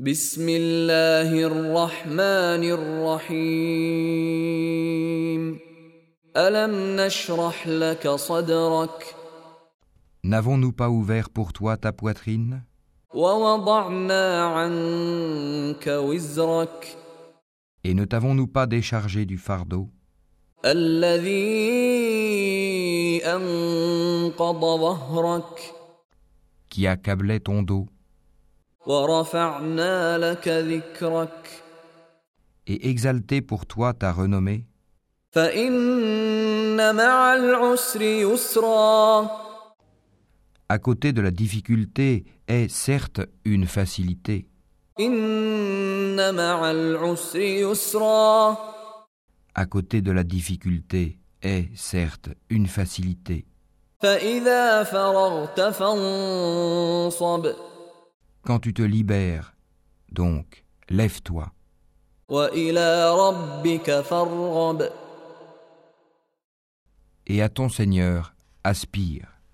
بسم الله الرحمن الرحيم ألم نشرح لك صدرك N'avons-nous pas ouvert pour toi ta poitrine ووضعنا عنك وزرك Et ne t'avons-nous pas déchargé du fardeau الذي أنقض ظهرك qui accablait ton dos ورفعنا لك ذكرك et exalté pour toi ta renommée فإن مع العسر يسرا À côté de la difficulté est certes une facilité. إن مع العسر يسرا À côté de la difficulté est certes une facilité. فإذا فرغت فانصب Quand tu te libères, donc, lève-toi وإلى ربك فارغب et à ton Seigneur aspire.